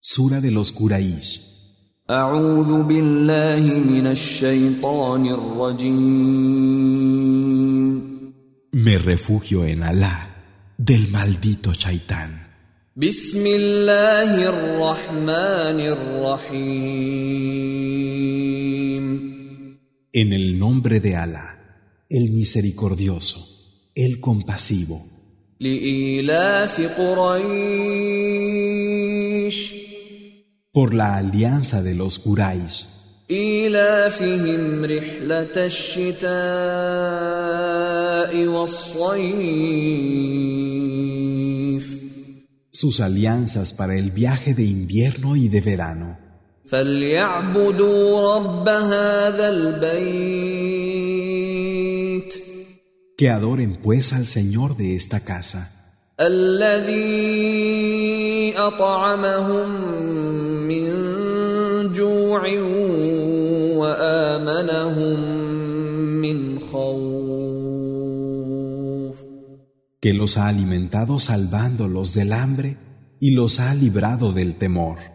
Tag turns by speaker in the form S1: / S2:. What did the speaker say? S1: Sura de los Quraysh.
S2: أعوذ بالله من الشيطان الرجيم
S1: Me refugio en Alá del maldito Shaitán.
S2: بسم الله الرحمن الرحيم
S1: En el nombre de Alá, el misericordioso, el compasivo.
S2: لإيلاف قريش
S1: Por la alianza de los Quraysh,
S2: إيلافهم رحلة الشتاء والصيف
S1: sus alianzas para el viaje de invierno y de verano.
S2: فليعبدوا رب هذا البيت
S1: Que adoren pues al Señor de esta casa,
S2: الذي أطعمهم من جوع وآمنهم من خوف
S1: que los ha alimentado salvándolos del hambre y los ha librado del temor.